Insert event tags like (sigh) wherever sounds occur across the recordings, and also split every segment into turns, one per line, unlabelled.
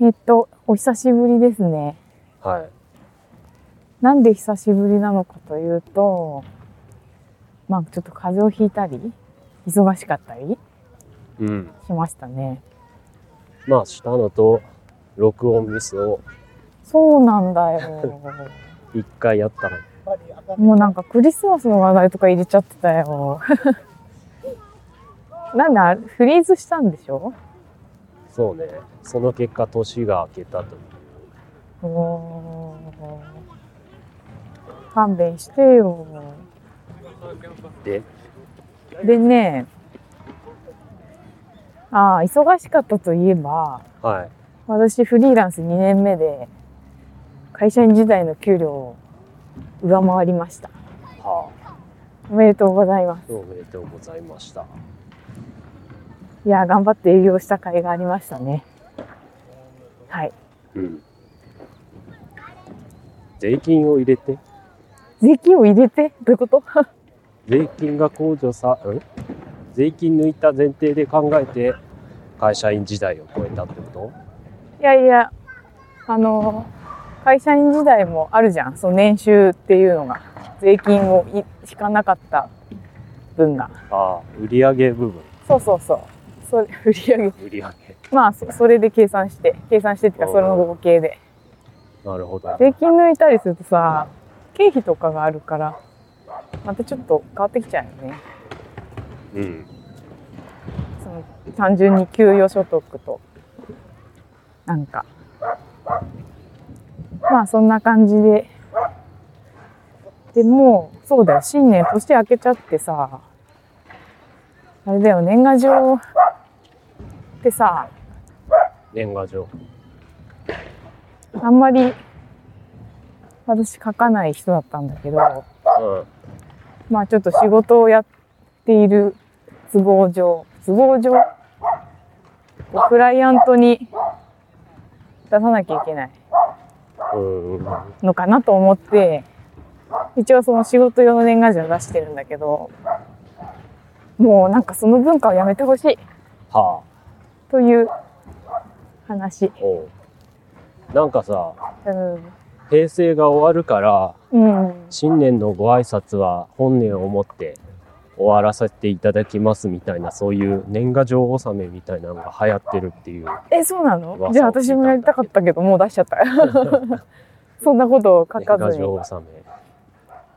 えっと、お久しぶりですね。
はい。
なんで久しぶりなのかというと、まあちょっと風邪をひいたり、忙しかったり
うん。
しましたね。
まあ、したのと、録音ミスを
そうなんだよ。
一回やったら、
もうなんかクリスマスの話題とか入れちゃってたよ。 (laughs) なんだ、フリーズしたんでしょ
そうね。その結果、年が明けたと。
おー勘弁してよ。
で、
でね、ああ、忙しかったといえば、
はい。
私フリーランス2年目で、会社員時代の給料を上回りました。
はあ、
おめでとうございます。
おめでとうございました。
いやー、頑張って営業した甲斐がありましたね。はい。
うん。税金を入れて、
税金を入れてどういうこと (laughs)
税金が控除さ、ん税金抜いた前提で考えて、会社員時代を超えたってこ
いやいや、あのー会社員時代もあるじゃん。その年収っていうのが。税金をい引かなかった分が。
とああ、売上部分。
そうそうそう。それ、売り上げ。
売上。
まあ、そそれで計算して、計算してっていうか、それの合計で。
なるほど。
税金抜いたりするとさ経費とかがあるからまたちょっと変わってきちゃうよね
うん。
その単純に給与所得となんかまあそんな感じででもそうだよ新年年明けちゃってさあれだよ年賀状ってさ
年賀状。
あんまり私書かない人だったんだけど
うん。
まあちょっと仕事をやっている都合上、都合上、こうクライアントに出さなきゃいけない
うんうんうん。
のかなと思って、一応その仕事用の年賀状を出してるんだけど、もうなんかその文化をやめてほしい
は
という話。
あ、おうなんかさ、
うん。
平成が終わるから、
うん。
新年のご挨拶は本年をもって終わらせていただきますみたいな、そういう年賀状納めみたいなのが流行ってるっていう。
え、そうなの
噂
じゃあ私もやりたかったけど、もう出しちゃ
(laughs)
った。そんなことを書
年
か
賀
ずに。
状納め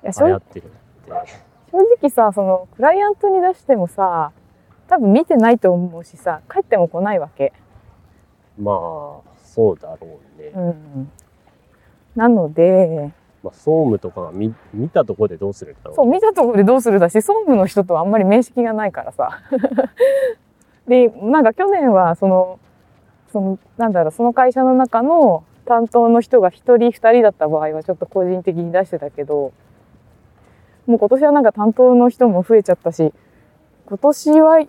いや正
流
直
行ってるって。
正直さそのクライアントに出してもさ多分見てないと思うしさ帰っても来ないわけ、
まあ、そうだろうね
う。ん、なので
まあ、総務とかが見見たとこでどうするんだろう。
そう見たところでどうするだし総務の人とはあんまり面識がないからさ (laughs) でなんか去年はそのそのなんだろうその会社の中の担当の人が1人2人だった場合はちょっと個人的に出してたけどもう今年はなんか担当の人も増えちゃったし今年は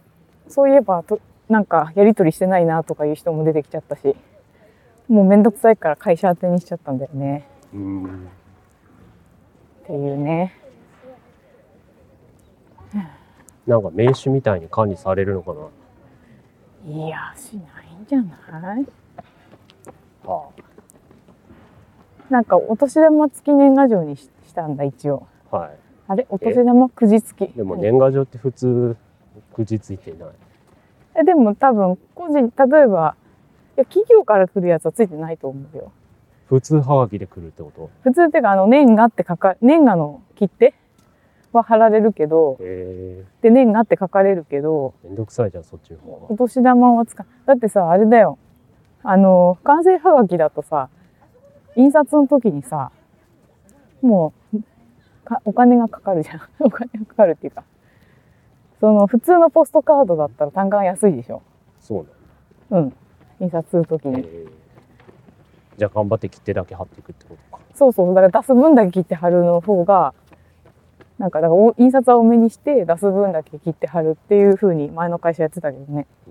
そういえばとなんかやり取りしてないなとかいう人も出てきちゃったしもう面倒くさいから会社宛てにしちゃったんだよね
うん。
っていうね
なんか名刺みたいに管理されるのか
いやしないんじゃない
な。は
なんかお年玉付き年賀状にししたんだ一応
あ、はい。
あれお年玉くじ付き
でも年賀状って普通、くじついてない。
えでも多分個人例えばいや企業から来るやつは付いてないと思うよ
普通はがきで来るってこと
普通っていうかあの年賀って書か年賀の切手は貼られるけど
え
で年賀って書かれるけど
ー、めんどくさいじゃん、そっちの方
お年玉は使うだってさあれだよあの完成はがきだとさ印刷の時にさもうかお金がかかるじゃん (laughs) お金がかかるっていうかその普通のポストカードだったら単価が安いでしょ
そう
うん印刷する時
なの、
に
えー、じゃあ頑張って切手だけ貼っていくってことか。
そうそうだから出す分だけ切って貼るの方がなんかだからお印刷は多めにして出す分だけ切って貼るっていう風に前の会社やってたけどね
う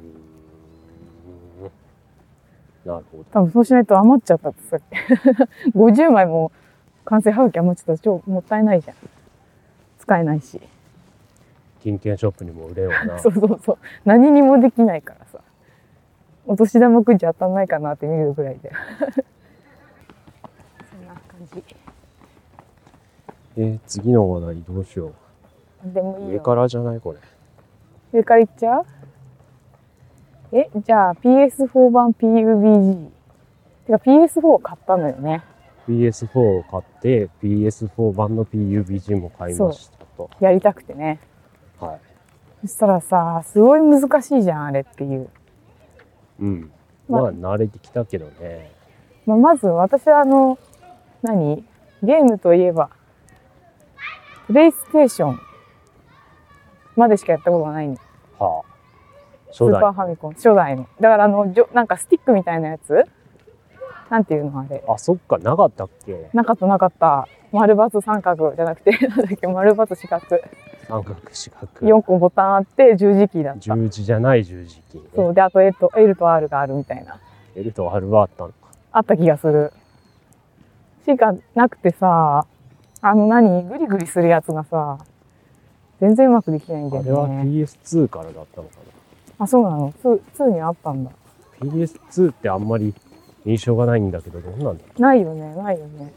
ーん。なるほど。
多分そうしないと余っちゃったってさっき50枚も完成はがき余っちゃったら超もったいないじゃん。使えないし。 (laughs)
金券ショップにも売れような。
そうそうそう。何にもできないからさ。お年玉くんじゃ当たんないかなって見るぐらいでそんな感じ
えー次の話題どうしよ
でもい
う。
いよ
上からじゃないこれ。
上からいっちゃうえじゃあ PS4 版 PUBG てか PS4 を買ったのよね
PS4 を買って、PS4 版の PUBG も買いましたと。
やりたくてね
は
そ
い。
したらさすごい難しいじゃんあれっていう、
うん。
ま
まあ、慣れてきたけどね。
まあ、まず私はあの何ゲームといえばプレイステーションまでしかやったことがないん
はあ。
ス
初
ー
代
パー。ファミコン初代のだからあのじょなんかスティックみたいなやつなんていうのあれ
あ、そっか、なかったっけ
なかったなかった丸バツ三角じゃなくて (laughs) なんだっけ丸バツ四角
三角四角。
4個ボタンあって十字キーだった
十字じゃない十字キー、ね。
そうであと L と L と R があるみたいな
L と R はあったのか。
あった気がするしかなくてさあの何グリグリするやつがさ全然うまくできないんだ
あ
よ
れは
ね
PS2 からだったのか
あそうなの 2, 2にあったんだ
な。PS2 ってあんまり印象がないんだけど、どうなんだろ
ないよねないよね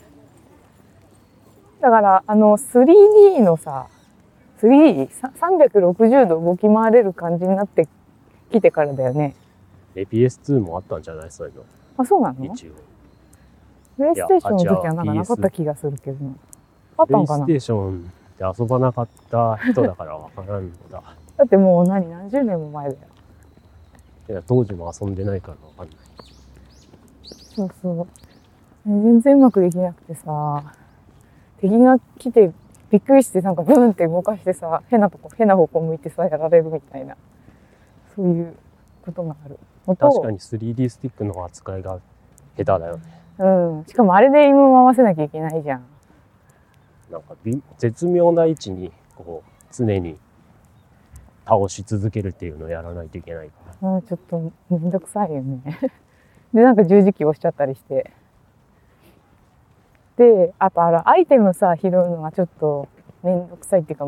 だからあの 3D のさ 3D360 度動き回れる感じになってきてからだよね
う。え、PS2 もあったんじゃないそういうの。
あそうなの
一応。
プレイステーションの時はなんか
いやあじゃあ
なかった気がするけどなあっ
プ
た
レ
ん
イ
か
ス
な
テーションで遊ばなかった人だからわからんのだ。 (laughs)
だってもう何何十年も前だよ
いや当時も遊んでないからわかんない。
そうそう全然うまくできなくてさ敵が来てびっくりしてなんかブーンって動かしてさ変なとこ変な方向向いてさやられるみたいなそういうことがあるのと
確かに 3D スティックの扱いが下手だよね。
うん、しかもあれでイムを合わせなきゃいけないじゃん
なんかび絶妙な位置にこう常に倒し続けるっていうのをやらないといけないから。
うん、ちょっとめんどくさいよね。 (laughs) で、なんか十字キー押しちゃったりして。で、あとあの、アイテムさ、拾うのがちょっとめんどくさいっていうか、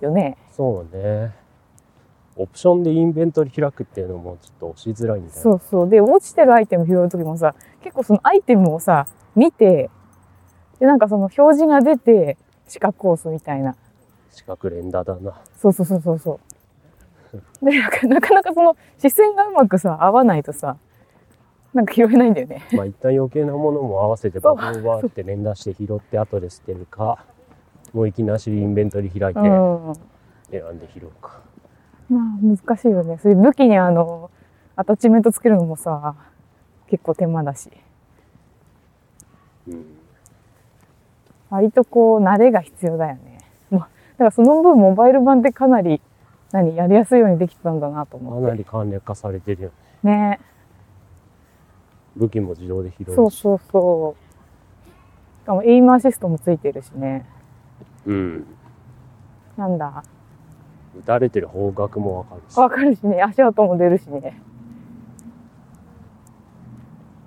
よね。
そうね。オプションでインベントリ開くっていうのもちょっと押しづらいみたいな。
そうそう。で、落ちてるアイテム拾う時もさ、結構そのアイテムをさ、見て、で、なんかその表示が出て、四角を押すみたいな。
四角連打だな。
そうそうそうそうそう。で、なんかなかなかその視線がうまくさ、合わないとさ、なんか拾えないんだよね。
まあ一旦余計なものも合わせて
そ
バ
う
トルバーって連打して拾って後で捨てるか、もういきなしインベントリ開いて
うん。
選んで拾うか。
まあ難しいよね。それ武器にあの、アタッチメントつけるのもさ、結構手間だし。
うん
割とこう、慣れが必要だよね。まあ、だからその分モバイル版ってかなり、何、やりやすいようにできてたんだなと
か
思
なり簡略化されてるよね。
う。ね
武器も自動で拾
そうう
し。
そうそう。しかもエイムアシストもついてるしね。
うん。
なんだ。
撃たれてる方角もわかるし。
わかるしね。足跡も出るしね。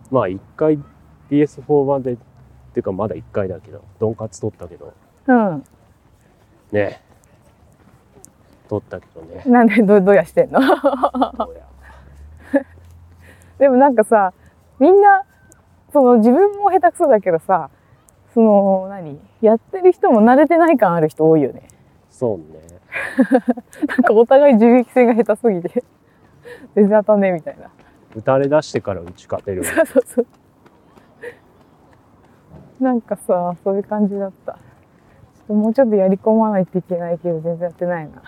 まあ一回 PS4 版で、っていうかまだ一回だけど、ドンカツ取ったけど、
うん。
ね。取ったけど
(laughs)
ね。
なんでど、どうやしてんの
どうや
でもなんかさ、みんな、その自分も下手くそだけどさ、その、何やってる人も慣れてない感ある人多いよね。 (laughs)
そうね。
なんかお互い銃撃戦が下手すぎて、 (laughs) 全然当たんねえみたいな。 (laughs)
撃たれ出してから打ち勝てる。
そうそうそう。なんかさ、そういう感じだった。ちょっともうちょっとやり込まないといけないけど、全然やってないな。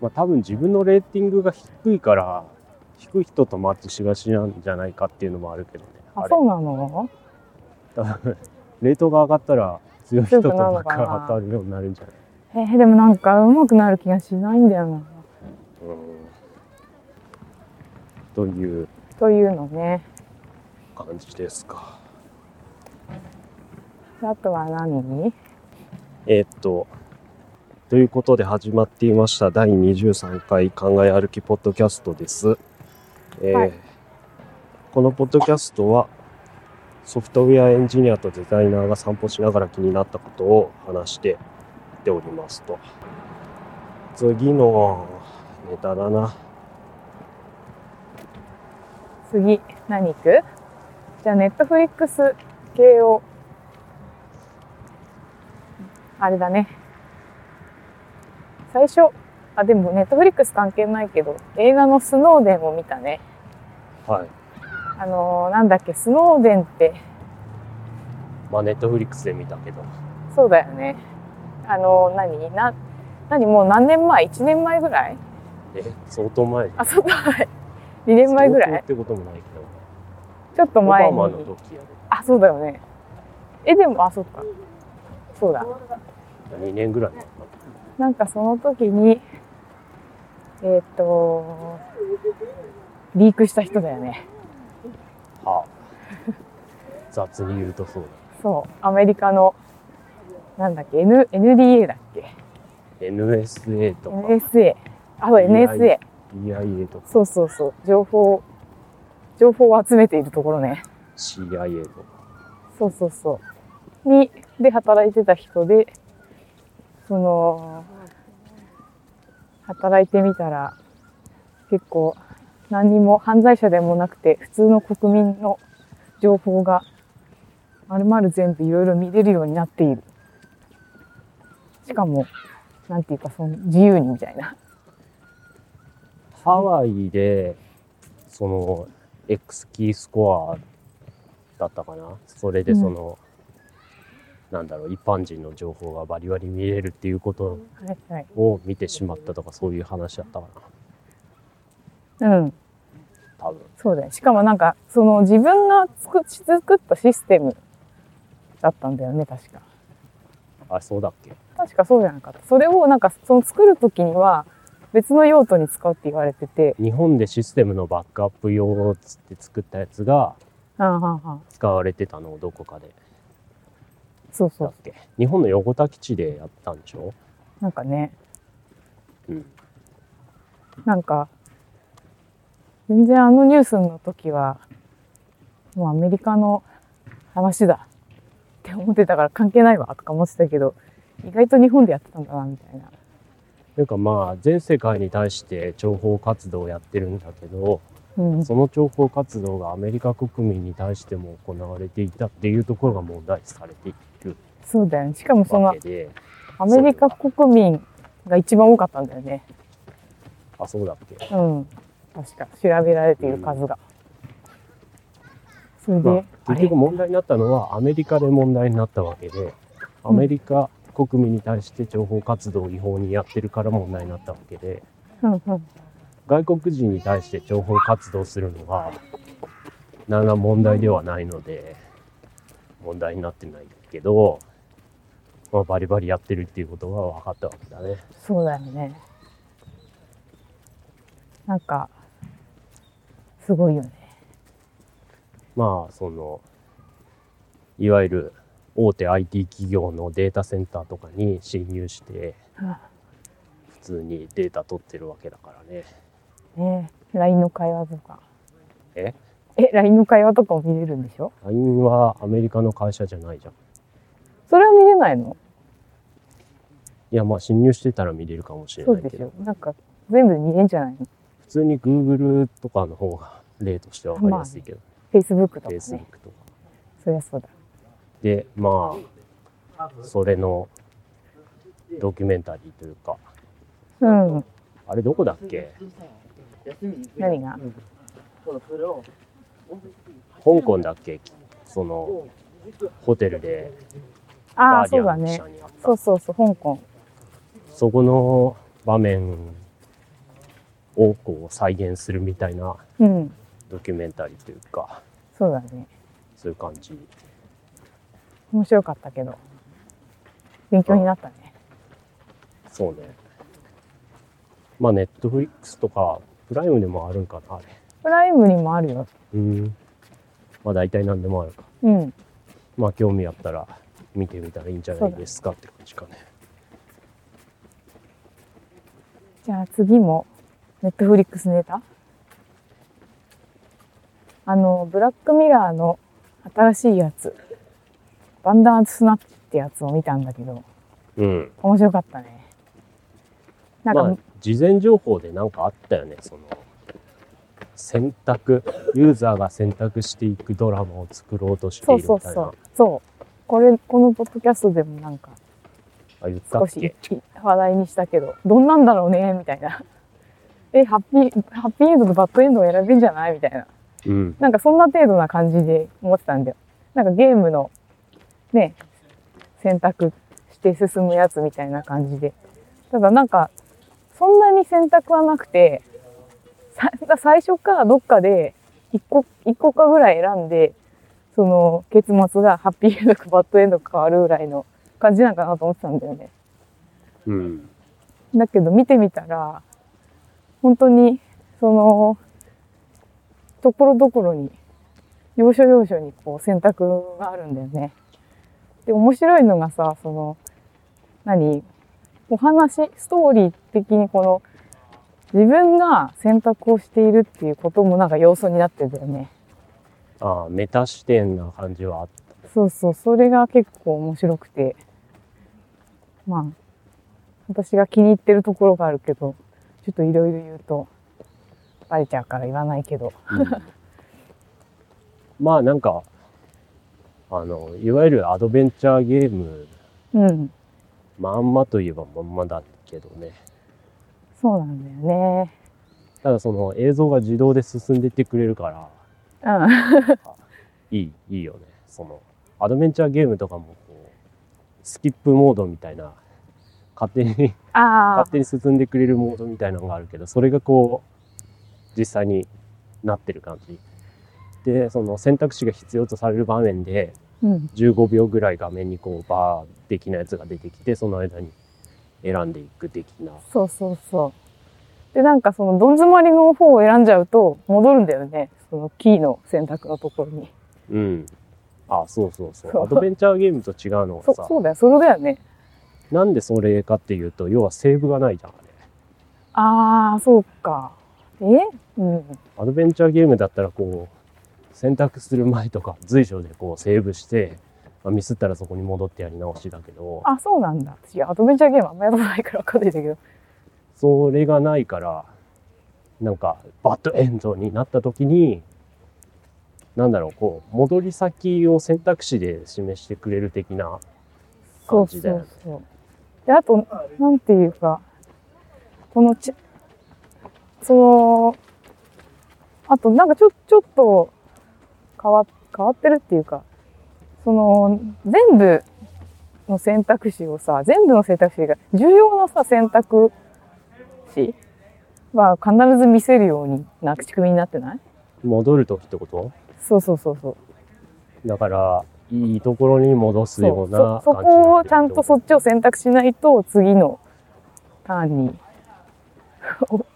まあ多分自分のレーティングが低いから、低い人とマッチしがちなんじゃないかっていうのもあるけどね。
あ、
れ
そうなの
多分レートが上がったら強い人と
強くなる
ばっ
のかな
か当たるようになるんじゃない
えーでもなんか上手くなる気がしないんだよな。
うん (laughs) という
というのね。
感じですか。
あとは何
えーっと、ということで始まっていました第23回考え歩きポッドキャストです。えー
はい
このポッドキャストはソフトウェアエンジニアとデザイナーが散歩しながら気になったことを話していっておりますと。次のネタだな。
次、何行くじゃあ、ネットフリックス系を。あれだね。最初、あ、でもネットフリックス関係ないけど、映画のスノーデンを見たね。
はい。
あのーなんだっけ、スノーデンって、
まあ、ネットフリックスで見たけど。
そうだよね。あのー何な、何もう何年前 ?1 年前ぐらい
え、相当前。
あ、そうだ。2年前ぐら
相
い
当ってこともないけど。
ちょっと
オ
前
バ
に。
マの時やで。
あ、そうだよね。え、でも、あ、そっか。そうだ。
2年ぐらい前か
なんかその時に、えーっ、と、リークした人だよね。
な。はあ。雑に言うとそう
そう。アメリカの、なんだっけ、N、NDA だっけ
だ。NSA とか
?NSA。あ、そう、NSA。
EIA とか
そうそうそう。情報、情報を集めているところね。
CIA とか。
そうそうそう。に、で働いてた人で、その、働いてみたら、結構、何にも犯罪者でもなくて、普通の国民の情報が、まるまる全部いろいろ見れるようになっている。しかも、なんていうか、その自由にみたいな。
ハワイで、その、X キースコアだったかな。それでその、なんだろう、一般人の情報がバリバリ見れるっていうこと
はいはい。
を見てしまったとか、そういう話だったか
うん。
な。多分。
そうだよ。しかもなんか、その自分が作っ作ったシステムだったんだよね、確か。
あ、そうだっけ
確かそうじゃなかった。それをなんか、その作るときには別の用途に使うって言われてて。
日本でシステムのバックアップ用っつって作ったやつが
はんはんはん。
使われてたのをどこかで
そうそ
だっ
う。
け日本の横田基地でやったんでしょ
なんかね、
うん。
なんか、全然あのニュースの時は、もうアメリカの話だって思ってたから関係ないわとか思ってたけど、意外と日本でやってたんだな、みたいな。
なんかまあ全世界に対して情報活動をやってるんだけど
うん。
その情報活動がアメリカ国民に対しても行われていたっていうところが問題視されている
そうだよね。しかもそ
わ
の
けで
アメリカ国民が一番多かったんだよね。
あそうだっけ
うん。確か、調べられている数が。それで、
まあ、
あ
結
れ
局問題になったのはアメリカで問題になったわけでアメリカ国民に対して情報活動を違法にやってるから問題になったわけで
うんうん、
外国人に対して情報活動するのは何ら問題ではないので問題になってないけど、まあ、バリバリやってるっていうことが分かったわけだね。
そうだよね。なんか、すごいよね。
まあそのいわゆる大手 IT 企業のデータセンターとかに侵入して普通にデータ取ってるわけだからね。
ね LINE の会話とか。
え
え、LINE の会話とかも見れるんでしょ
LINE はアメリカの会社じゃないじゃん。
それは見れないの
いやまあ侵入してたら見れるかもしれ
そ
な
う
いけ
で
ど
し。ょ。なんか、全部見れんじゃないの
普通に Google とかの方が例としてわかりやすいけど、
?Facebook とかね。
Facebook とか。
そりゃそうだ。
で、まあ、それのドキュメンタリーというか、
うん。
あれどこだっけ
何が
香港だっけその、ホテルで
あ
ガ
あ、
ーデ
そう
ィア
だ
ンの記
ね
者。にあった。
そうそうそう、香港。
そこの場面をこう再現するみたいな
うん。
ドキュメンタリーというか、
そうだね。
そういう感じ。
面白かったけど。勉強になったね。
そうね。まあ、ネットフリックスとか、プライムでもあるんかな、あれ。
プライムにもあるよ。
うん。まあ、大体何でもあるか。
うん。
まあ、興味あったら見てみたらいいんじゃないですかって感じかね。
じゃあ次も、ネットフリックスネタあの、ブラックミラーの新しいやつ、バンダースナッチってやつを見たんだけど、
うん。
面白かったね。なんか、
まあ、事前情報で何かあったよね、その、選択ユーザーが選択していくドラマを作ろうとして
そ
いうる
そ
み
う
たいな
そう。そう。これ、このポッドキャストでもなんか、
あ言った
少
っ
し
け
い話題にしたけど、どんなんだろうね、みたいな。え、ハッピー、ハッピーエンドとバッドエンドを選べんじゃないみたいな。
うん
なんかそんな程度な感じで思ってたんだよ。なんかゲームの、ね、選択して進むやつみたいな感じで。ただなんか、そんなに選択はなくて、さ最初かどっかで、一個、一個かぐらい選んで、その結末がハッピーエンドかバッドエンドか変わるぐらいの感じなんかなと思ってたんだよね。
うん
だけど見てみたら、本当に、その、ところどころに、要所要所にこう選択があるんだよね。で、面白いのがさ、その、何お話、ストーリー的にこの、自分が選択をしているっていうこともなんか要素になってんだよね。
ああメタ視点な感じはあっ
そうそう、それが結構面白くて。まあ、私が気に入ってるところがあるけど、ちょっといろいろ言うと、バレちゃうから言わないけど。
た、うんまあなんかあのいわゆるアドベンチャーゲーム
うん、
まんまといえばまんまだけどね
そうなんだよね。
ただその映像が自動で進んでいってくれるから
うん、
いいいいよねそのアドベンチャーゲームとかもこうスキップモードみたいな勝
(laughs)
手に
ああ
勝、手に進んでくれるモードみたいなのがあるけどそれがこう実際になってる感じでその選択肢が必要とされる場面で
うん、
15秒ぐらい画面にこうバー的なやつが出てきてその間に選んでいく的な
そうそうそう。で、なんかそのどん詰まりの方を選んじゃうと戻るんだよね。そのキーの選択のところに。
うんあそうそうそ
そう
うアドベンチャーゲームと違うの
そ
がさ
そうだよ、それだよね。
なんでそれかっていうと要はセーブがないじゃんあれ
ああ、そうか。えうん。
アドベンチャーゲームだったらこう選択する前とか随所でこうセーブして、まあミスったらそこに戻ってやり直しだけど
あ、そうなんだ。私、アドベンチャーゲームあんまやったことないからわかんないんだけど。
それがないからなんかバッドエンドになった時になんだろうこう戻り先を選択肢で示してくれる的な
そうそ
感じだよね
うそう。で、あと、なんていうか、このち、その、あと、なんかちょ、ちょっと変わ、変わってるっていうか、その、全部の選択肢をさ、全部の選択肢が、重要なさ、選択肢は必ず見せるようにな仕組みになってない
戻る時ってこと
そうそうそうそう。
だからいいところに戻すような
そそ
感じに
こ
なっ
を
てる
ちゃんとそっちを選択しないと次のターンに (laughs)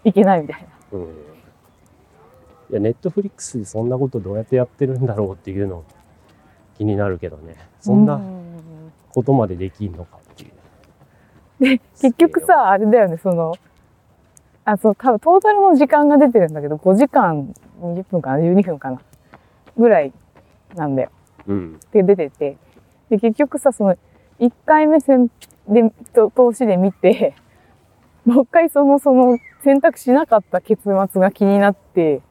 いけないみたいな。
うん、いやネットフリックスでそんなことどうやってやってるんだろうっていうの気になるけどねそん
う
なことまでできんのかっていう、
結局さあれだよねそのあそう多分トータルの時間が出てるんだけど5時間20分かな12分かなぐらいなんだよ。
うん
って出ててで結局さその1回目せんでと投資で見て (laughs) もう一回そのその選択しなかった結末が気になって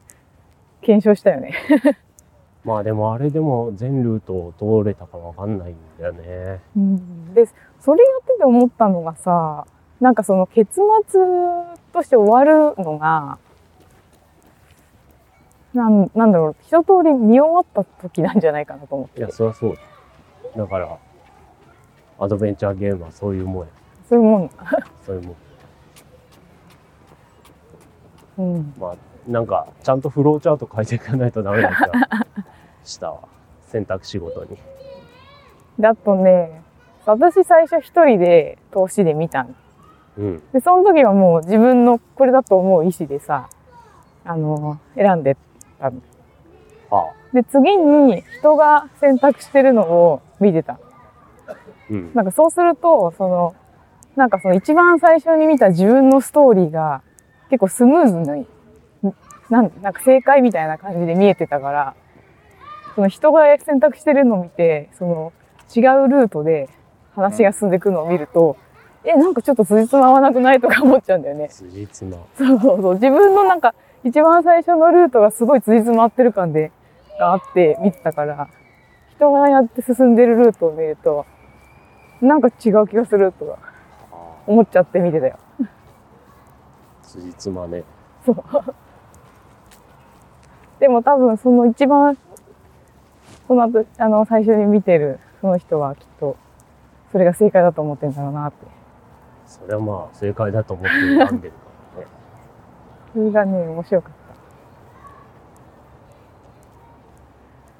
検証したよね。
まあでもあれでも全ルートを通れたかわかんないんだよね
でそれやってて思ったのがさなんかその結末として終わるのがなんなんだろう一通り見終わった時なんじゃないかなと思っ
い
て
やそりゃそうだだからアドベンチャーゲームはそういうもんや
そういうも
そういうもん
ん、うん、
まあなんかちゃんとフローチャート書いていかないとダメな気が
(laughs)
したわ選択肢ごとに
だとね私最初一人で投資で見たの
うん
でその時はもう自分のこれだと思う意思でさあの選んでたの
ああ
で次に人が選択してるのを見てた
うん
なんかそうすると、その、なんかその一番最初に見た自分のストーリーが結構スムーズに、なんなんか正解みたいな感じで見えてたから、その人が選択してるのを見て、その違うルートで話が進んでいくのを見ると、え、なんかちょっと辻褄合わなくないとか思っちゃうんだよね。
辻褄
そうそうそう。自分のなんか一番最初のルートがすごいつじつま合ってる感で、があって見てたから、人がやって進んでるルートを見ると、なんか違う気がするとか
あ
思っちゃって見てたよ。
つじつまね。
でも多分その一番、その後、あの、最初に見てるその人はきっと、それが正解だと思ってんだろうなって。
それはまあ正解だと思って選んでるからね。
それがね、面白かった。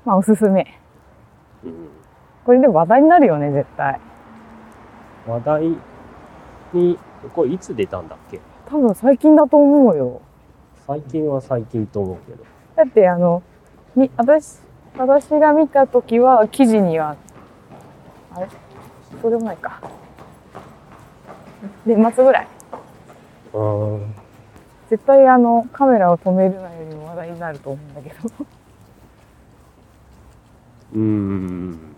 まあ、おすすめ。
うん
これで話題になるよね、絶対。
話題に、これいつ出たんだっけ
多分最近だと思うよ。
最近は最近と思うけど。
だって、あの、み、私、私が見た時は、記事には、あれそれもないか。年末ぐらい。
うーん。
絶対、あの、カメラを止めるなよりも話題になると思うんだけど。
うーん。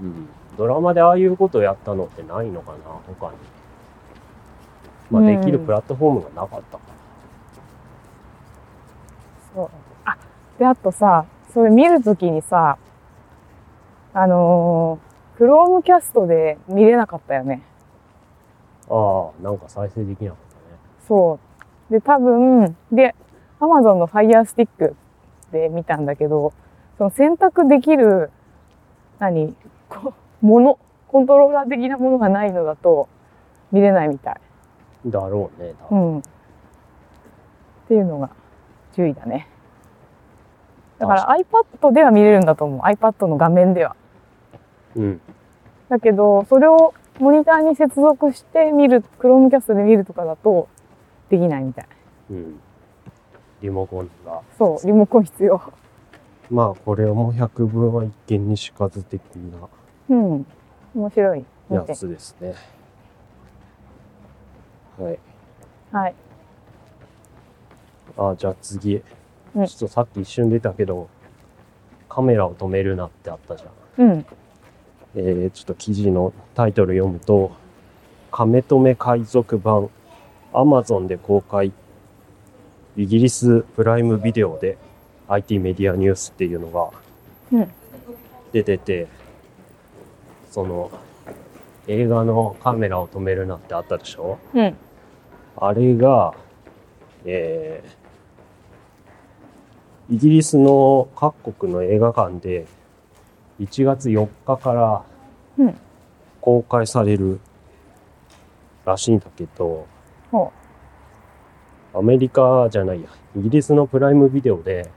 うん。ドラマでああいうことをやったのってないのかな、他に。まあ、
うん
できるプラットフォームがなかったか
そう。あ、で、あとさ、それ見るときにさ、あのー、クロームキャストで見れなかったよね。
ら。ああ、なんか再生できなかったね。
そう。で、多分、で、アマゾンのファイヤースティックで見たんだけど、その選択できる、何、こもの、コントローラー的なものがないのだと見れないみたい。
だろうね、
う
多分
ん。っていうのが注意だね。だから iPad では見れるんだと思う。iPad の画面では。
うん。
だけど、それをモニターに接続して見る、Chromecast で見るとかだとできないみたい。
うん。リモコンが。
そう、リモコン必要。
まあ、これも百分は一見にしかず的な
うん。面白い。見
や
て。
つですね。はい。
はい。
あじゃあ次、
うん
ちょっとさっき一瞬出たけどカメラを止めるなってあったじゃん、
うん。
えーちょっと記事のタイトル読むと「亀止め海賊版 Amazon で公開」イギリスプライムビデオで IT メディアニュースっていうのが
うん。
出ててその映画のカメラを止めるなってあったでしょ
うん。
あれが、えーイギリスの各国の映画館で1月4日から
うん
公開されるらしいんだけど、
ほ
アメリカじゃないや、イギリスのプライムビデオで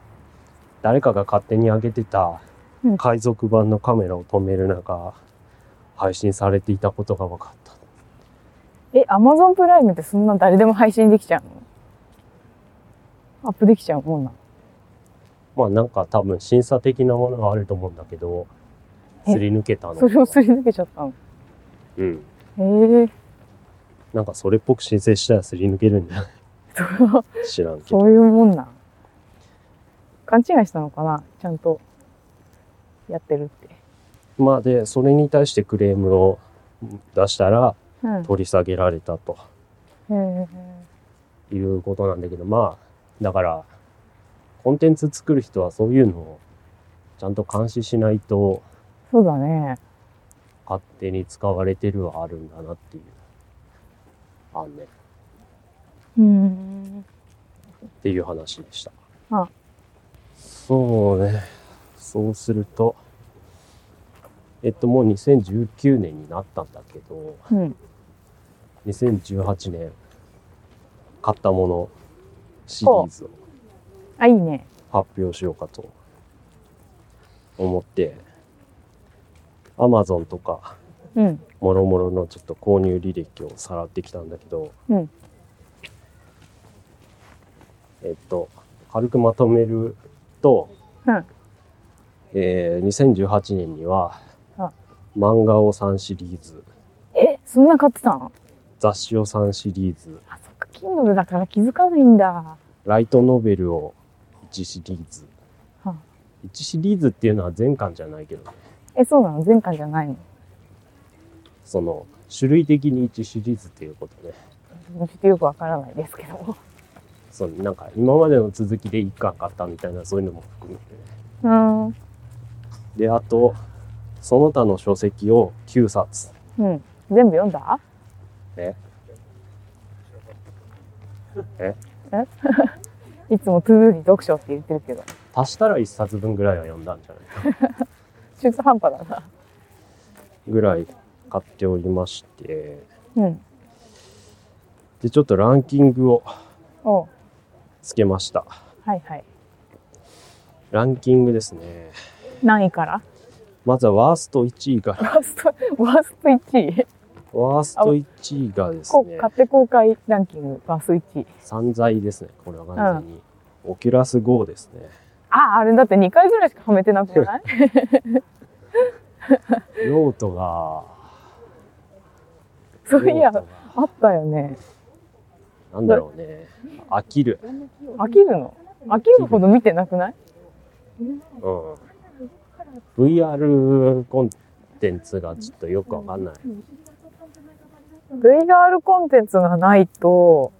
誰かが勝手に上げてた
うん
海賊版のカメラを止める中、配信されていたことが分かった。
う。え、Amazon プライムってそんな誰でも配信できちゃうのアップできちゃうもんなの。
まあなんか多分審査的なものがあると思うんだけど、
え
すり抜けたの。
それをすり抜けちゃったの。
うん。
へえ。
なんかそれっぽく申請したらすり抜けるん
(laughs)
じゃない
そう
知らんけど。
そういうもんなん。勘違いしたのかなちゃんとやってるって。
まあで、それに対してクレームを出したら
うん。
取り下げられたと
へ
いうことなんだけど、まあ、だから、コンテンツ作る人はそういうのをちゃんと監視しないと
え。そうだね。
勝手に使われてるはあるんだなっていう。あんね。
うん。
っていう話でした。
あ
そうね。そうすると、えっと、もう2019年になったんだけど、
うん。
2018年、買ったものシリーズを
あ、いいね。
発表しようかと思って、Amazon とか、
うん。
もろもろのちょっと購入履歴をさらってきたんだけど、
うん。
えっと、軽くまとめると、
うん。
えー2018年には
あ
漫画を3シリーズ
え、そんな買ってたの
雑誌を3シリーズ
あ、そっか、Kindle だから気づかないんだ。
ライトノベルを1シリーズ
は
1シリーズっていうのは全巻じゃないけどね
え、そうなの前回じゃないの
その種類的に1シリーズっていうことね
ちょっとよくわからないですけども。
そうなんか今までの続きで1巻買ったみたいなそういうのも含めて
うん。
であとその他の書籍を9冊
うん。全部読んだ
え
(laughs) いつもトゥードゥーに読書って言ってるけど、
足したら1冊分ぐらいは読んだんじゃないか
中途半端だな。
ぐらい買っておりまして
うん。
でちょっとランキングを
おう
つけました
はいはい。
ランキングですね
何位から
まずはワースト1位から
ワースト、 (laughs) ワースト1位。
ワースト1位がです
こ
ね
う買って公開ランキング、ワースト1位。
散財ですねこれは完全に、オキュラス GO ですね
あ、あれだって2回ぐらいしかはめてなく (laughs) ない
用途が
そう (laughs) いや
用、途が
あったよね。
なんだろうね飽きる
飽きるの飽きるほど見てなくない
うん、VR コンテンツがちょっとよくわかんない
?VR コンテンツがないと、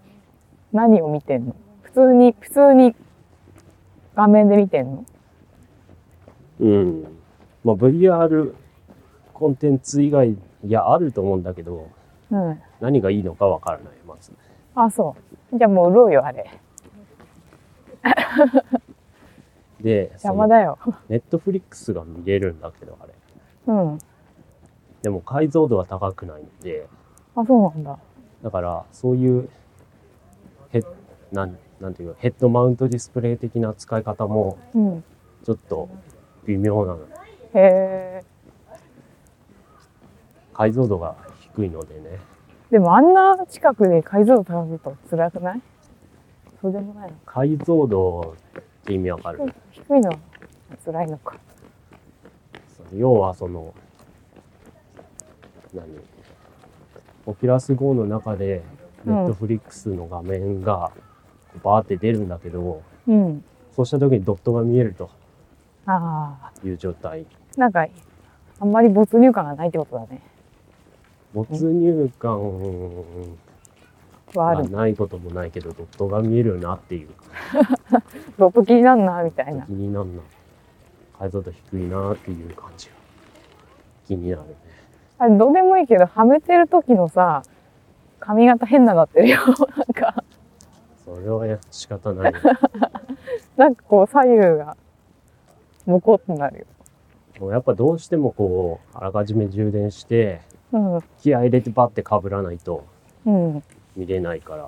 何を見てんの普通に、普通に画面で見てんの
うんまあ VR コンテンツ以外いやあると思うんだけど
うん。
何がいいのかわからないまず
あ、そう。じゃあもう売ろうよ、あれ。
で
邪魔だよ。
ネットフリックスが見れるんだけどあれ
うん。あ、
でも解像度は高くないんで
そうなんだ。
だからそういうヘッなんなんていうのヘッドマウントディスプレイ的な使い方も
うん。
ちょっと微妙なの
へえ。
解像度が低いのでね
でもあんな近くで解像度高くと辛くないそうでもないのか。
解像度って意味わかる、
低いのは辛いのか。
要はその何オキュラス GO の中で
う
ネ
ん
ットフリックスの画面がバーって出るんだけど、
うん。
そうした時にドットが見えると
あ
いう状態
あ。なんか、あんまり没入感がないってことだね。
没入感
はあ
が
る。
ないこともないけどドットが見えるなっていう
ドット気になんな、みたいな
気。になんな解像度低いなっていう感じが気になるね
あれ、どうでもいいけど、はめてる時のさ、髪型変ななってるよ。 (laughs) なんか、
それはや仕方ないよ
なんかこう左右が、モコってなるよ。
もうやっぱどうしてもこうあらかじめ充電して
うん。
気合入れてバッて被らないと
うん。
見れないから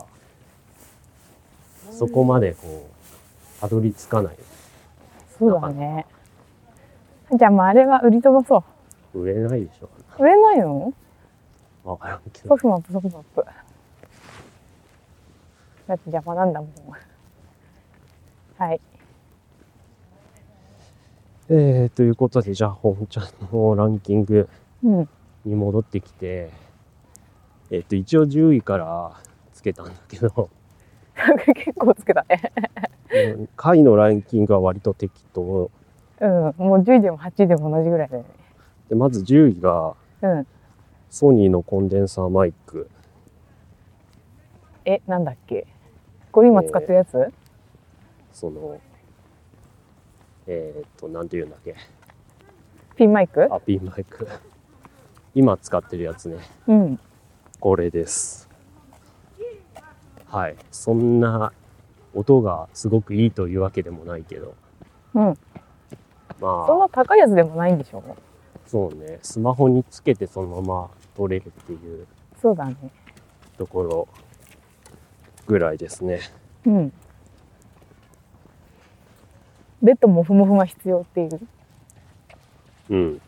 そこまでこうたどり着かない
そうだね。じゃあ、まあ、あれは売り飛ばそ
売れないでしょ
う。売れないの
わからんけ
ソ
ど
フマップ、ソフマップ。だって邪魔なんだもん。はい。
えー、ということでじゃあ本ちゃんのランキング
うん。 (laughs)
に戻ってきてえっ、と一応10位からつけたんだけど (laughs)
結構つけたね。
うん下位のランキングは割と適当
うん。もう10位でも8位でも同じぐらいだよね。
でまず10位が
うん。
ソニーのコンデンサーマイク
え、なんだっけこれ今使ってるやつ、
そのえっ、となんて言うんだっけ
ピンマイク
あ、ピンマイク。 (laughs) 今使ってるやつね。
うん。
これです。はい。そんな音がすごくいいというわけでもないけど。
うん。
ま
そん
あ、
な高いやつでもないんでしょ
そうね。スマホにつけてそのまま撮れるっていう
そうだね。
ところぐらいですね。
うん。ベッドもふもふが必要っていう。
うん。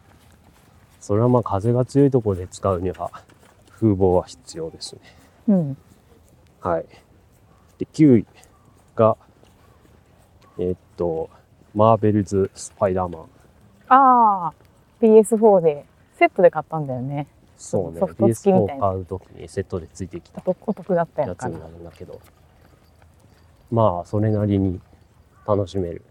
それはまあ風が強いところで使うには風防は必要ですね。
うん。
はい。で、9位が、えーっと、マーベルズ・スパイダーマン。
ああ、PS4 で、セットで買ったんだよね。
そうね、
ソフト付きみたい
PS4
な
買うときにセットでついてきた
お得お得だった
や
やつ
つ
か
に
な
な。るんだけど、まあ、それなりに楽しめる。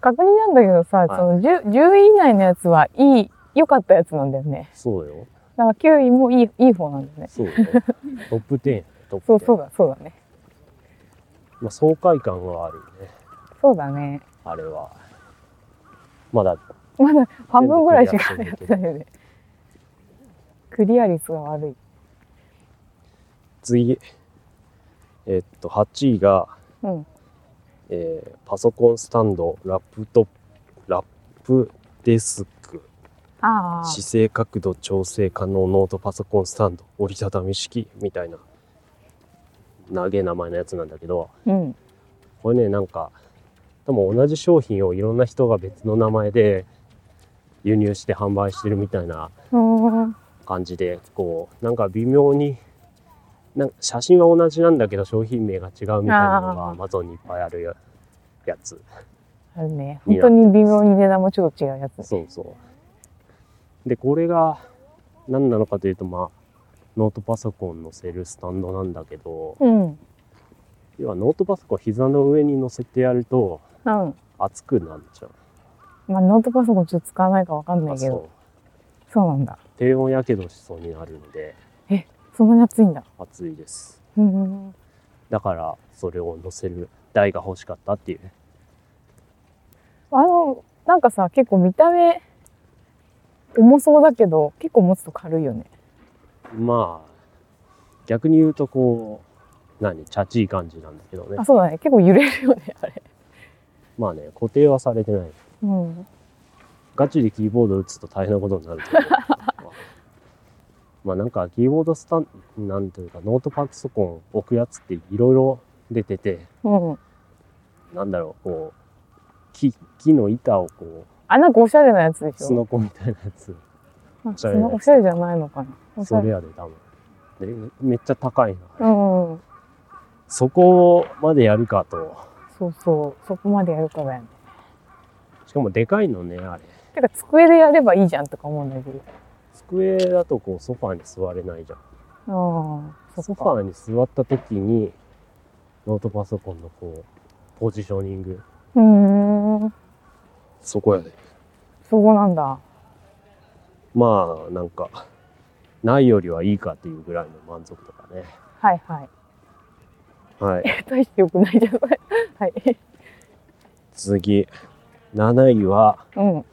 確認なんだけどさ、
い
その 10, 10位以内のやつはいい、良かったやつなんだよね。
そうよ、 (laughs)
だから9位もいい、いい方なんだよね。
そうよ。トップ10。とって
そうそうだそうだね
まあ、爽快感があるね
そうだね
あれはまだ
まだ半分ぐらいしか
全部
や
や
っ
ってて
ないよねクリア率が悪い
次えっと8位が、
うん
えーパソコンスタンドラップトップラップデスク
ああ
姿勢角度調整可能ノートパソコンスタンド折りたたみ式みたいな長え名前のやつなんだけど
うん
これねなんか多分同じ商品をいろんな人が別の名前で輸入して販売してるみたいな
うん
感じでこうなんか微妙になんか写真は同じなんだけど商品名が違うみたいなの
あ
が Amazon にいっぱいあるややつ
あるね本当に微妙に値段もちょっと違うやつね
そうそうでこれが何なのかというとまあノートパソコンのセルスタンドなんだけど
うんうん
要はノートパソコン膝の上に乗せてやると熱くなっちゃう
まあノートパソコンちょっと使わないかわかんない
あ
け
そ
ど
う
そうなんだ
低温やけどしそうになるので
そんなに熱いんだ
熱いです
うんうんうん
だからそれを乗せる台が欲しかったっていう
あの、なんかさ、結構見た目、重そうだけど、結構持つと軽いよね。
まあ逆に言うとこう何チャチい感じなんだけどね
あ、そうだね。結構揺れるよね、あれ。
まあね固定はされてない
うん。
ガチでキーボード打つと大変なことになるけど (laughs) まあなんかキーボードスタンなんというかノートパソコン置くやつっていろいろ出てて
うん。
なんだろうこう木木の板をこ
あ、なんかおしゃれなやつで
う
し
す
ょ。
のこみたいなやつ
あ
おしゃれなや
そ
つ
のおしゃれじゃないのかな。おし
そ
ゃれ。
れやで多分でめっちゃ高いな、
うんうん。
そこまでやるかと
そうそう。そこまでやるからやね。
しかもでかいのねあれ
てか、机でやればいいじゃんとか思うんだけど。
机だとこうソファーに座れないじゃん
ああ、そ
ソ
っ
フ
か。
ァーに座った時にノートパソコンのこうポジショニング
うーん。
そこやで
そこなんだ。
まあなんかないよりはいいかっていうぐらいの満足とかね
はいはい。 (laughs)
はい
大して良くないじゃない。はい。
次7位は
うん。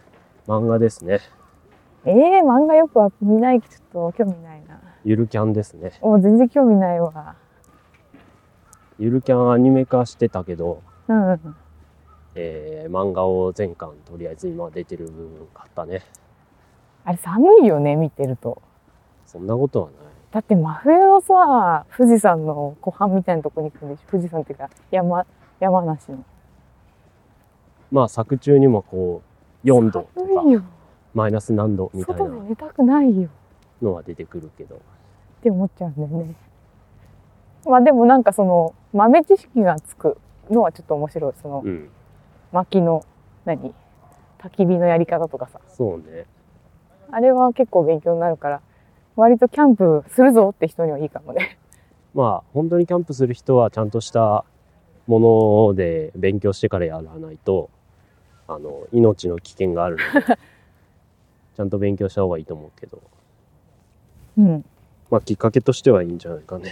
漫画ですね
ええー、漫画よくは見ない、ちょっと興味ないな。
ゆるキャンですね
もう全然興味ないわ。
ゆるキャンアニメ化してたけど、
うんうんうん。
えー漫画を全巻とりあえず今出てる部分買ったね
あれ寒いよね、見てると。
そんなことはない
だって真冬のさ、富士山の湖畔みたいなとこに行くんでしょ。富士山っていうか、山、山梨の。
まあ作中にもこう4度とか
寒いよ。
マイナス何度みたい
外で
な
寝たくないよ
のは出てくるけど
って思っちゃうんだよね。まあでもなんかその、豆知識がつくのはちょっと面白い。その、
うん
薪の、何焚き火のやり方とかさ。
そうね
あれは結構勉強になるから、割とキャンプするぞって人にはいいかもね。
まあ本当にキャンプする人はちゃんとしたもので勉強してからやらないとあの命の危険があるの
(laughs)
でちゃんと勉強した方がいいと思うけど
うん。
まあきっかけとしてはいいんじゃないかね